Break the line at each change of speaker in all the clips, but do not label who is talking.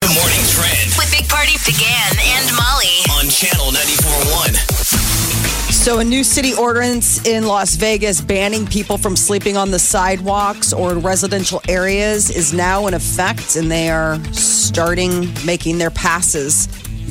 The morning trend
with Big Party began and Molly.
on channel 94.1.
So, a new city ordinance in Las Vegas banning people from sleeping on the sidewalks or in residential areas is now in effect, and they are starting making their passes.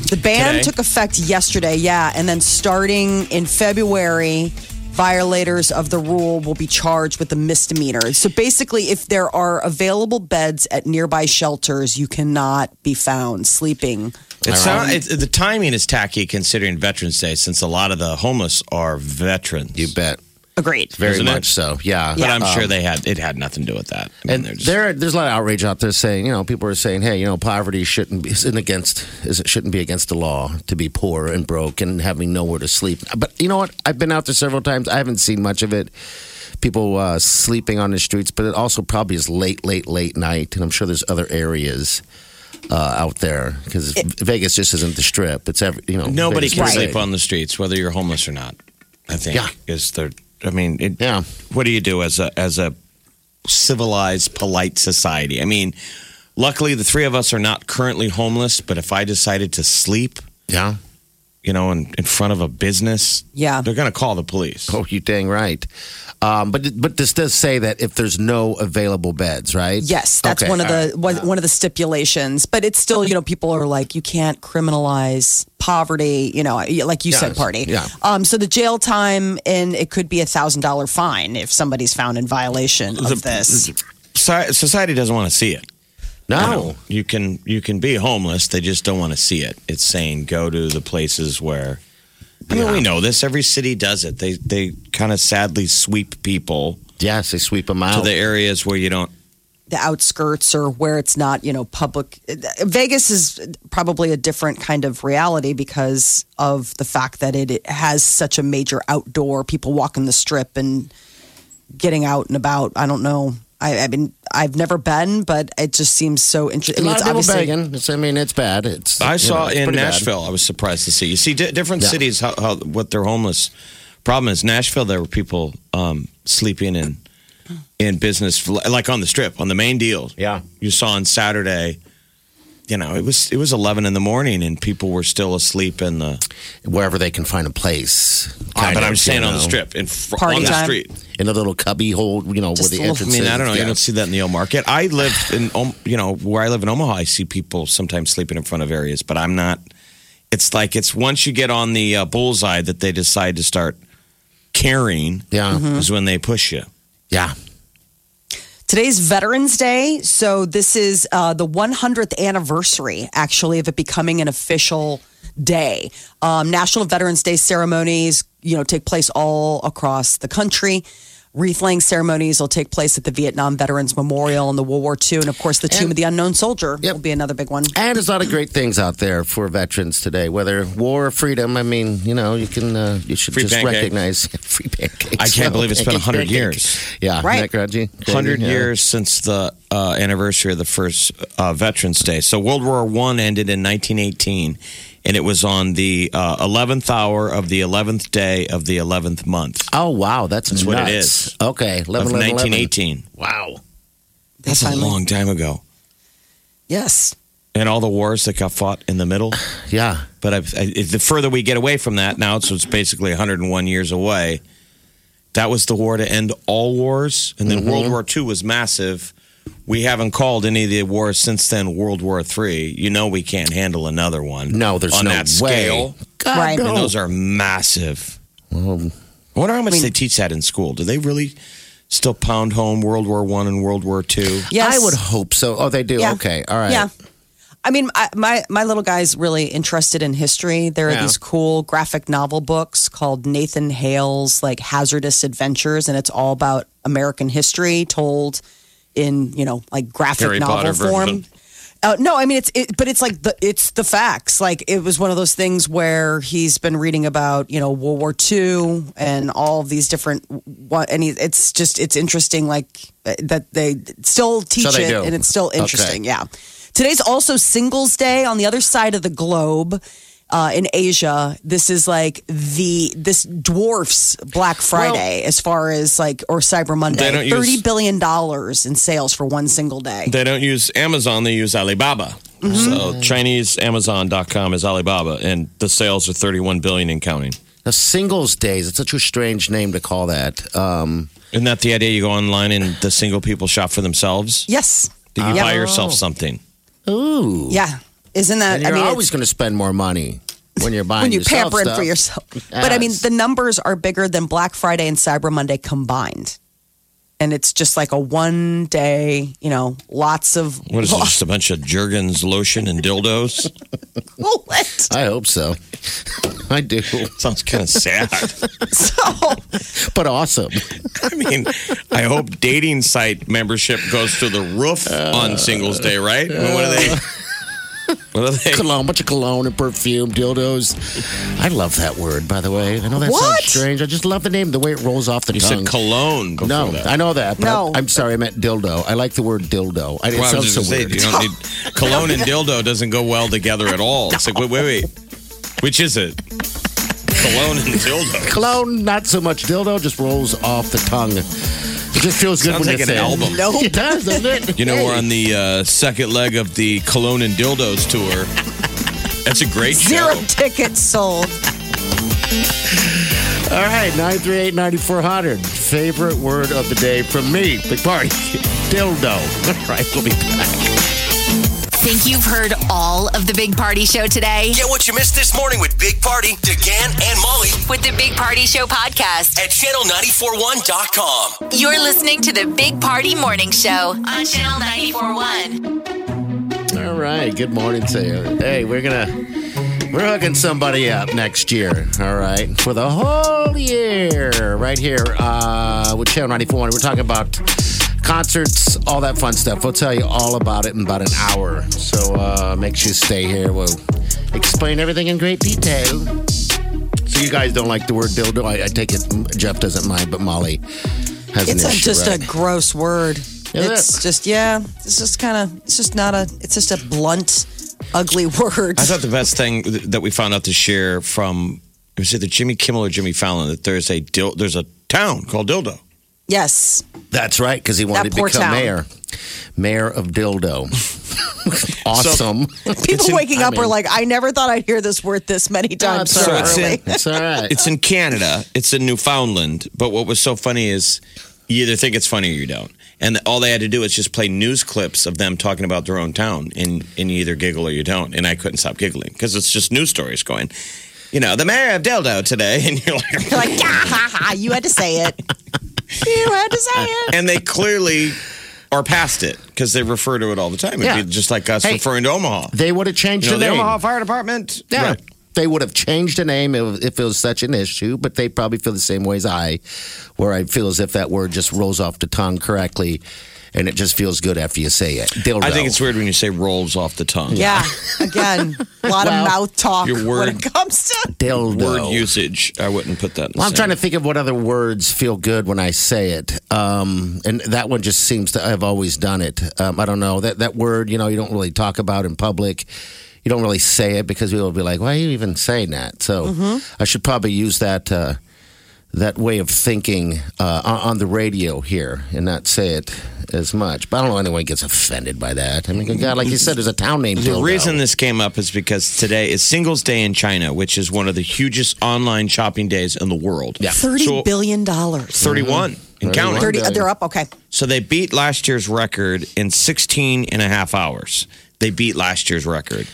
The ban
Today?
took effect yesterday, yeah, and then starting in February, violators of the rule will be charged with a misdemeanor. So, basically, if there are available beds at nearby shelters, you cannot be found sleeping.
It sound, it, the timing is tacky considering Veterans Day, since a lot of the homeless are veterans.
You bet.
Agreed.
Very
Isn't it?
much so. Yeah.
But I'm
Um,
Uh-huh.
sure they had it had nothing to do with that. I mean,
And
they're just-
there, there's a lot of outrage out there saying, you know, people are saying, hey, you know, poverty shouldn't be isn't against is it shouldn't be against the law to be poor and broke and having nowhere to sleep. But you know what? I've been out there several times. I haven't seen much of it. People uh, sleeping on the streets, but it also probably is late, late, late night, and I'm sure there's other areas uh, out there because Vegas just isn't the strip. It's every you know
nobody
Vegas
can
is
sleep
big.
on the streets, whether you're homeless or not. I think
Yeah.
is there. I mean, it,
Yeah.
What do you do as a as a civilized, polite society? I mean, luckily the three of us are not currently homeless. But if I decided to sleep,
Yeah.
you know, in, in front of a business,
Yeah.
they're going to call the police.
Oh, you dang right. Um, but but this does say that if there's no available beds, right?
Yes, that's
Okay,
one of
all right.
the one, one of the stipulations. But it's still, you know, people are like, you can't criminalize poverty. You know, like you said,
Yes,
party.
yeah.
Um. So the jail time, and it could be a thousand dollar fine if somebody's found in violation of this.
So- society doesn't want to see it. You
No.
know, you can you can be homeless. They just don't want to see it. It's saying go to the places where. I mean, we know this. Every city does it. They they kind of sadly sweep people
Yes, they sweep them out.
to the areas where you don't.
the outskirts or where it's not, you know, public. Vegas is probably a different kind of reality because of the fact that it has such a major outdoor people walking the strip and getting out and about. I don't know. I, I mean, I've never been, but it just seems so
a
interesting.
lot of people
obviously
begging. It's, I mean, it's bad. It's
I
you know,
saw
it's
in
pretty bad.
Nashville. I was surprised to see. You see, di different
Yeah.
cities how, how what their homeless problem is. Nashville, there were people um, sleeping in in business, like on the strip, on the main deal.
Yeah.
you saw on Saturday. You know, it was it was eleven in the morning, and people were still asleep in the.
Wherever they can find a place.
Ah,
kind
but
of,
I'm
you
saying on the
know,
strip, in fr-
Party
on the
time.
street.
In a little cubby hole, you know,
Just
where
a little-
the
I
entrance
mean, I don't know.
is.
You don't see that in the O market. I live in, Om- you know, where I live in Omaha. I see people sometimes sleeping in front of areas, but I'm not. It's like it's once you get on the uh, bullseye that they decide to start caring.
Yeah.
is when they push you.
Yeah.
Today's Veterans Day, so this is uh, the 100th anniversary, actually, of it becoming an official day. Um, National Veterans Day ceremonies, you know, take place all across the country. Wreath laying ceremonies will take place at the Vietnam Veterans Memorial and the World War II, and of course, the Tomb of the Unknown Soldier
Yep.
will be another big one.
And there's a lot of great things out there for veterans today, whether war or freedom. I mean, you know, you can, uh, you should
Free
just
pancakes.
recognize free pancakes.
I can't believe it's been
Pancake,
100
pancake.
years.
Yeah.
Right.
Isn't that grudgy?
Hundred
Yeah.
years since the uh, anniversary of the first uh, Veterans Day. So World War One ended in 1918, and it was on the uh, 11th hour of the 11th day of the 11th month
Oh, wow. That's,
That's
nuts.
what it is.
Okay. 11, 11,
of 1918.
Wow.
That's a
Finally.
long time ago.
Yes.
and all the wars that got fought in the middle.
Yeah.
But I've, I, the further we get away from that now, so it's basically 101 years away. That was the war to end all wars, and then
Mm-hmm.
World War II was massive. We haven't called any of the wars since then World War III. You know we can't handle another one.
No, there's
on
no
that
way. Oh.
scale.
God,
Right.
I mean,
no.
those are massive. I wonder how much they teach that in school. Do they really still pound home World War One and World War Two?
Yes.
I would hope so. Oh, they do.
Yeah.
Okay. All right.
Yeah. I mean, I, my my little guy's really interested in history. There are
Yeah.
these cool graphic novel books called Nathan Hale's like Hazardous Adventures, and it's all about American history told in you know like graphic
Harry
novel
Potter
form.
version.
Uh, no, I mean it's it, but it's like the it's the facts. Like it was one of those things where he's been reading about you know World War II and all of these different what and he, it's just it's interesting like uh, that they still teach
they
it
do.
and it's still
Okay.
interesting. Yeah. Today's also Singles Day on the other side of the globe. Uh, in Asia, this is like the this dwarfs Black Friday as far as like or Cyber Monday.
They don't
Thirty
use-
billion dollars in sales for one single day.
They don't use Amazon, they use Alibaba.
Mm-hmm.
So Chinese Amazon.com is Alibaba and the sales are 31 billion and counting.
Now, singles days, it's such a strange name to call that. Um,
Isn't that the idea? You go online and the single people shop for themselves?
Yes.
Do
Oh.
you
Yeah.
buy yourself something?
ooh.
Yeah. Isn't that?
And you're
I mean,
always
it's-
going to spend more money when you're buying
when you
yourself
pamper it for
stuff.
yourself. But I mean,
Yes.
the numbers are bigger than Black Friday and Cyber Monday combined. And it's just like a one day, you know, lots of
What is it? Just a bunch of Jergens lotion and dildos?
bullet.
I hope so. I do.
Sounds kind of sad.
So
But awesome.
I mean, I hope dating site membership goes through the roof
Uh,
on Singles Day, right? I mean, what are they? What are they?
Cologne, bunch of cologne and perfume, dildos. I love that word, by the way. I know that
What?
sounds strange. I just love the name, the way it rolls off the
You
tongue.
said cologne before
no,
that.
I know that. But
No.
I, am sorry, I meant dildo. I like the word dildo. I, it
Well, I was
sounds
just
so
gonna say,
weird.
you don't need cologne and dildo doesn't go well together at all. It's like wait, wait, wait. Which is it? Cologne and dildo.
Cologne, not so much dildo, just rolls off the tongue. It just feels good
Sounds
when
like
you
an
say it.
album.
It does, doesn't it?
You know, we're on the uh, second leg of the cologne and dildos tour. That's a great
zero
show.
tickets sold.
All right, 938 9400. Favorite word of the day from me, Big Party. Dildo. All right, we'll be back.
Think you've heard all of the Big Party Show today?
Get what you missed this morning with Big Party, DeGan, and Molly
With the Big Party Show podcast,
at channel941.com.
you're listening to the Big Party Morning Show on Channel 941.
All right, good morning to you. Hey, we're going to. We're hooking somebody up next year, all right, for the whole year, right here uh, with Channel 94. We're talking about concerts, all that fun stuff. We'll tell you all about it in about an hour. So uh, make sure you stay here. We'll explain everything in great detail. So you guys don't like the word dildo? I, I take it Jeff doesn't mind, but Molly has
It's
an
a,
issue.
just
right?
a gross word.
Isn't
it's
it?
just yeah. It's just kind of. It's just not a. It's just a blunt, ugly word.
I thought the best thing th- that we found out this year from it was either Jimmy Kimmel or Jimmy Fallon that there's a dil- there's a town called Dildo.
yes.
That's right, because he wanted
That
to
poor
become
town.
mayor, mayor of dildo. awesome.
People
in-
waking
I
up are
mean-
like, "Oh, I never thought I'd hear this word this many times.
That's
so
all right.
it's
early."
in-
It's all right.
It's in Canada. It's in Newfoundland. But what was so funny is you either think it's funny or you don't. And all they had to do is just play news clips of them talking about their own town, and, and you either giggle or you don't. And I couldn't stop giggling because it's just news stories going, you know, the mayor of Dildo today, and you're like,
You're like, ah, ha, ha, you had to say it. You had to say it.
and they clearly are past it because they refer to it all the time. It'd
Yeah.
be just like us
Hey.
referring to Omaha.
they would have changed
You know,
the
the
name.
Omaha Fire Department.
Yeah.
Right.
They would have changed the name if if it was such an issue, but they probably feel the same way as I, where I feel as if that word just rolls off the tongue correctly, and it just feels good after you say it. Dildo.
I think it's weird when you say rolls off the tongue.
Yeah. Again, a lot
Well,
of mouth talk
your
when
word-
it comes to.
dildo.
Word usage, I wouldn't put that. In
Well, I'm
the
trying
same.
to think of what other words feel good when I say it, um, and that one just seems to. I've always done it. Um, I don't know that that word. You know, you don't really talk about in public. You don't really say it because people will be like, "Why are you even saying that?" So I should probably use that uh, that way of thinking uh, on, on the radio here and not say it as much. But I don't know anyone gets offended by that. I mean, good God, like you said, there's a town named
The
Dildo.
reason this came up is because today is Singles Day in China, which is one of the hugest online shopping days in the world. Yeah.
Thirty billion dollars.
31
Mm-hmm.
in counting.
30, they're up. Okay.
So they beat last year's record in 16 and a half hours. They beat last year's record.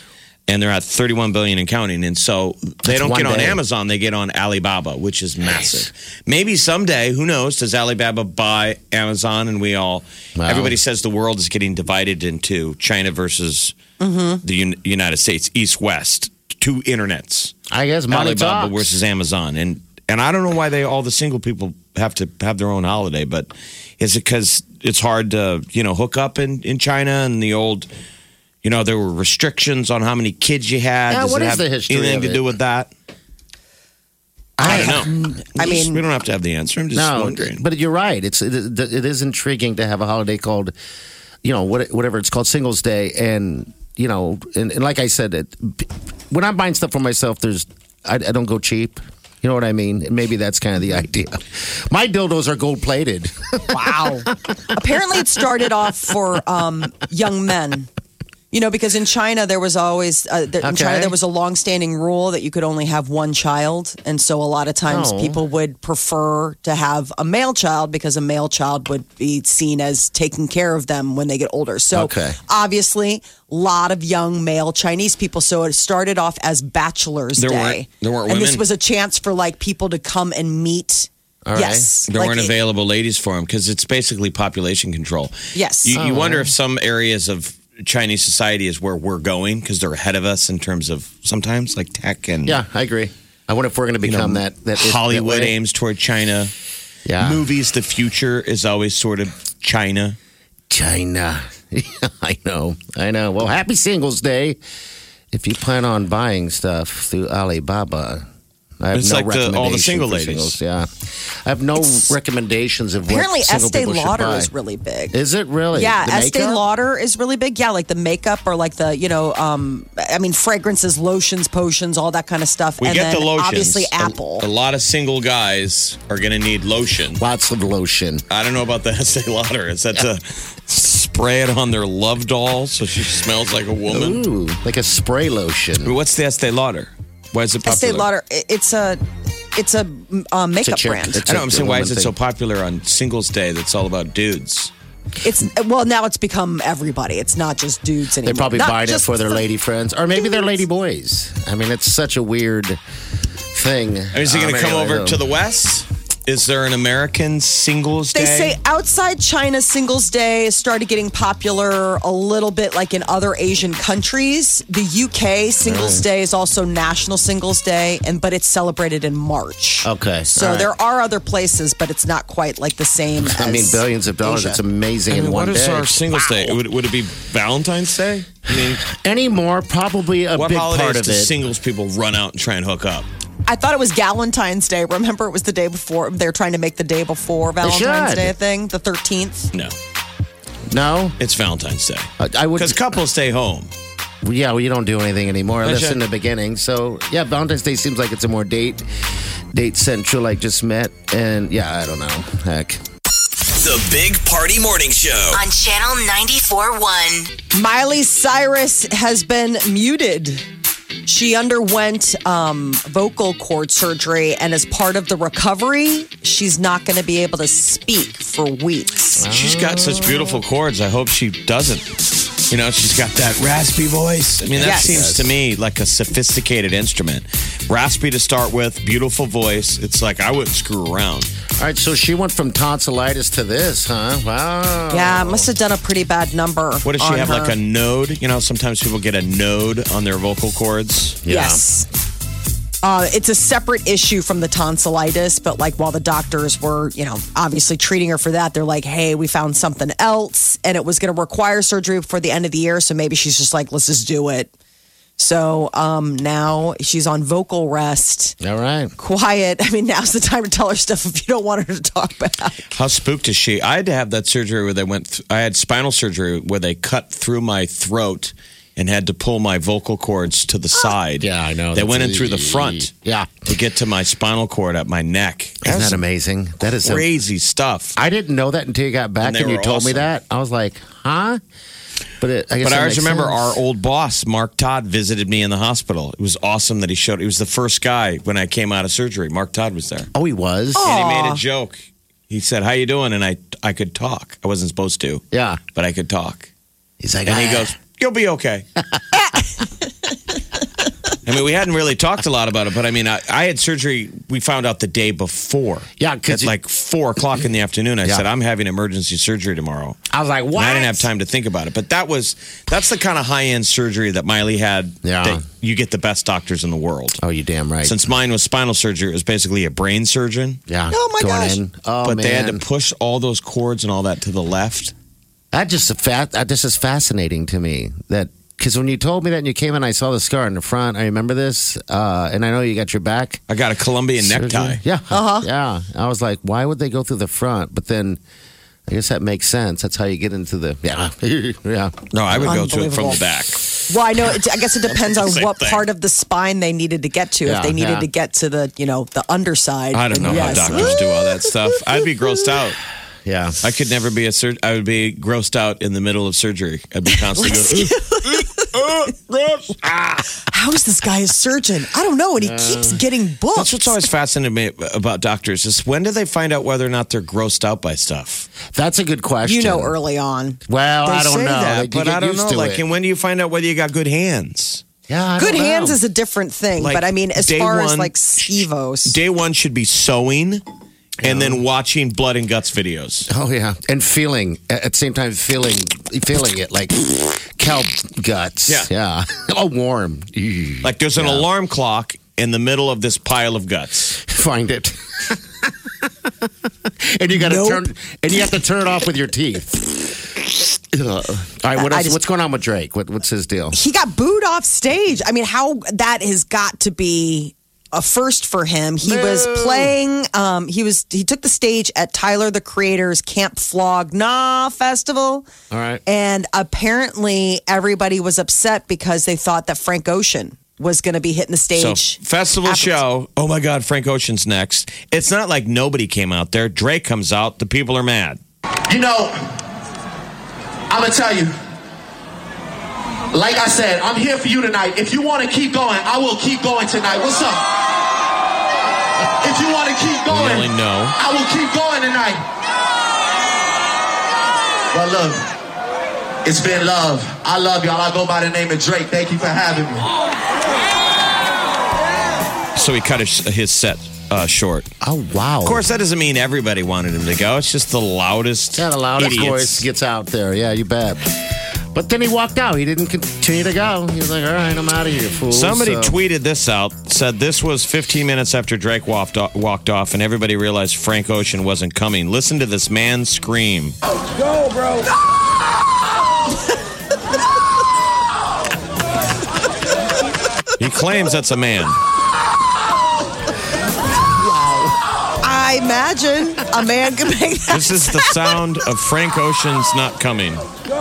And they're at 31 billion and counting. And so they
That's
don't get
one
on
day.
Amazon, they get on Alibaba, which is massive. Maybe someday, who knows, does Alibaba buy Amazon and we all
Wow.
everybody says the world is getting divided into China versus
Mm-hmm.
the Un- United States, east west, two internets.
I guess Molly
Alibaba
talks.
versus Amazon, and and I don't know why they all the single people have to have their own holiday, but is it because it's hard to you know hook up in in China and the old You know, there were restrictions on how many kids you had.
Yeah,
Does
what
it
is
have
the history
Anything
of
to
it?
do with that? I don't know.
I
Just-
mean-
we don't have to have the answer. I'm just
mm, No,
wondering.
but you're right. It's it, it is intriguing to have a holiday called, you know, what, whatever it's called, Singles Day, and you know, and, and like I said, it, when I'm buying stuff for myself, there's I, I don't go cheap. You know what I mean? Maybe that's kind of the idea. My dildos are gold plated.
Wow. Apparently, it started off for um, young men. You know, because in China there was always uh, there, in China
Okay.
there was a long-standing rule that you could only have one child, and so a lot of times
Oh.
people would prefer to have a male child because a male child would be seen as taking care of them when they get older. So
Okay.
obviously, a lot of young male Chinese people. So it started off as bachelor's
There
day.
weren't- there weren't
and this
women?
was a chance for like people to come and meet.
All right.
yes,
There
Like,
weren't
it-
available ladies for him because it's basically population control.
Yes.
You, you wonder if some areas of Chinese society is where we're going because they're ahead of us in terms of sometimes like tech and
yeah, I agree. I wonder if we're going to
you know,
become that that that
Hollywood
way.
aims toward China.
yeah.
Movies, the future is always sort of China.
China. I know. I know. Well, happy Singles Day. If you plan on buying stuff through Alibaba, I have
It's
no
like the-
recommendations.
all the single
for
ladies.
singles, Yeah, I have no recommendations of what
Apparently,
single
Estee
people should
Lauder
buy.
is really big.
Is it really?
yeah,
The
Estee
makeup?
Lauder is really big. Yeah, like the makeup or like the you know, um, I mean, fragrances, lotions, potions, all that kind of stuff.
We
and
get
then
the lotions.
Obviously,
A-
Apple.
A, lot of single guys are going to need lotion.
Lots of lotion.
I don't know about the Estee Lauder. Is that to spray it on their love doll so she smells like a woman?
Ooh, like a spray
But
lotion.
what's the Estee Lauder? Why is it popular?
Estee Lauder. i- It's a, it's a mm, uh, makeup
chick.
brand.
It's-
I know. I'm saying, why is
Woman
it so
thing.
popular on Singles Day? That's all about dudes.
It's well now it's become everybody. It's not just dudes anymore.
They're probably
Not
buying it
just
for their
the-
lady friends, or maybe their lady boys. I mean, it's such a weird thing.
I mean, is it going to
Um,
come over
anyway,
to the West? Is there an American Singles Day?
They say outside China, Singles Day started getting popular a little bit like in other Asian countries. The UK Singles Day is also National Singles Day, and but it's celebrated in March.
Okay,
So
all right.
there are other places, but it's not quite like the same.
I
as
mean, billions of dollars.
Asia.
It's amazing
I mean,
in one
what is
day.
our Singles Day? Would, would it be Valentine's Day? I mean,
anymore. Probably a
what
big part
holidays
of
do
it.
singles people run out and try and hook up?
I thought it was Valentine's Day. Remember, it was the day before. They're trying to make the day before Valentine's
should.
Day a thing, the thirteenth.
No,
no,
it's Valentine's Day
I, I would.
because couples stay home.
Yeah, well, you don't do anything anymore unless
should.
in the beginning. So yeah, Valentine's Day seems like it's a more date date central. Like just met and yeah, I don't know. Heck,
The Big Party Morning Show.
On Channel 94.1.
Miley Cyrus has been muted. She underwent um, vocal cord surgery, and as part of the recovery, she's not going to be able to speak for weeks.
She's got such beautiful chords. I hope she doesn't. You know, she's got that raspy voice. I mean, that
Yes.
seems to me like a sophisticated instrument. Raspy to start with, beautiful voice. It's like I wouldn't screw around.
all right. So she went from tonsillitis to this, huh? Wow.
Yeah, must have done a pretty bad number.
What does she
on
have?
her.
Like a node? You know, sometimes people get a node on their vocal cords.
Yeah.
Yes. Uh, it's a separate issue from the tonsillitis, but like while the doctors were, you know, obviously treating her for that, they're like, hey, we found something else and it was going to require surgery before the end of the year. So maybe she's just like, let's just do it. So um, now she's on vocal rest,
All right.
quiet. I mean, now's the time to tell her stuff if you don't want her to talk back.
How spooked is she? I had to have that surgery where they went. Th- I had spinal surgery where they cut through my throat and had to pull my vocal cords to the side.
Yeah, I know.
They
That's
went in
a-
through the front.
Yeah.
To get to my spinal cord at my neck.
Isn't that amazing? That is. I
crazy stuff.
I didn't know that until you got back
And
and,
they
you
were
told me
awesome.
that. I was like, huh? But it, I guess.
But
that
I always
makes
remember
sense.
our old boss, Mark Todd, visited me in the hospital. It was awesome that he showed. He was the first guy when I came out of surgery. Mark Todd was there,
Oh, he was.
and he made a joke. He said, "How you doing?" And I, I could talk. I wasn't supposed to,
Yeah.
but I could talk.
He's like,
And he
"Ah."
goes, "You'll be okay." I mean, we hadn't really talked a lot about it, but I mean, I, I had surgery. We found out the day before.
Yeah, 'cause
at
you-
like four o'clock in the afternoon, I
Yeah.
said, "I'm having emergency surgery tomorrow."
I was like,
And
what?
I didn't have time to think about it. But that was that's the kind of high end surgery that Miley had.
Yeah.
That you get the best doctors in the world.
Oh, you damn right.
Since mine was spinal surgery, it was basically a brain surgeon.
yeah.
Oh, my
going
gosh.
in. Oh,
but they had to
man.
push all those cords and all that to the left.
That just a fa- that just is fascinating to me. That Because when you told me that and you came in, I saw the scar in the front. I remember this, uh, and I know you got your back.
I got a Colombian necktie.
surgery. Yeah, uh-huh. yeah. I was like, why would they go through the front? But then, I guess that makes sense. That's how you get into the yeah, yeah.
No, I would go to it from
Unbelievable.
the back.
Well, I know. It, I guess it depends on
Same
what
thing.
part of the spine they needed to get to.
Yeah,
if they needed
yeah.
to get to the, you know, the underside.
I don't
then
know
yes.
how doctors do all that stuff. I'd be grossed out.
Yeah.
I could never be a sur- I would be grossed out in the middle of surgery. I'd be constantly going.
How is this guy a surgeon? I don't know, and he keeps getting booked.
That's what's always fascinated me about doctors is when do they find out whether or not they're grossed out by stuff?
That's a good question.
you know, early on.
Well,
They
I don't
say
know.
that,
Like, you
but
Oh, get
I don't
used
know.
to
Like,
it.
and when do you find out whether you got good hands?
yeah, I
Good
don't
hands
know.
is a different thing,
Like,
but I mean, as
day
far as
one-
like Stevos,
Day one should be sewing, and then watching blood and guts videos.
Oh yeah, and feeling at at the same time feeling feeling it like cow guts.
Yeah.
yeah. oh, warm.
Like there's an alarm clock in the middle of this pile of guts.
Find it. and you got to
Nope.
turn and you have to turn it off with your teeth. Ugh. All right, what
I
else,
just-
what's going on with Drake? What, what's his deal?
he got booed off stage. I mean, how that has got to be a first for him. He was playing. Um, he was he took the stage at Tyler the Creator's Camp Flog Nah Festival.
All right.
and apparently everybody was upset because they thought that Frank Ocean was going to be hitting the
So
stage.
festival
Apples.
show. Oh my God, Frank Ocean's next. It's not like nobody came out there. Drake comes out. The people are mad.
You know, I'm gonna tell you. Like I said, I'm here for you tonight. If you want to keep going, I will keep going tonight. What's up? If you want to keep going,
Really? No.
I will keep going tonight. But look, it's been love. I love y'all. I go by the name of Drake. Thank you for having me.
So he cut his, his set uh, short.
Oh wow.
Of course, that doesn't mean everybody wanted him to go. It's just the loudest.
Yeah, the loudest
idiots.
voice gets out there. Yeah, you bet. But then he walked out. He didn't continue to go. He was like, "All right, I'm out of here, fool."
Somebody
So-
tweeted this out, said this was 15 minutes after Drake walked off, walked off, and everybody realized Frank Ocean wasn't coming. Listen to this man scream. go, bro. he claims that's a man.
I imagine a man could make that.
This is the sound of Frank Ocean's not coming.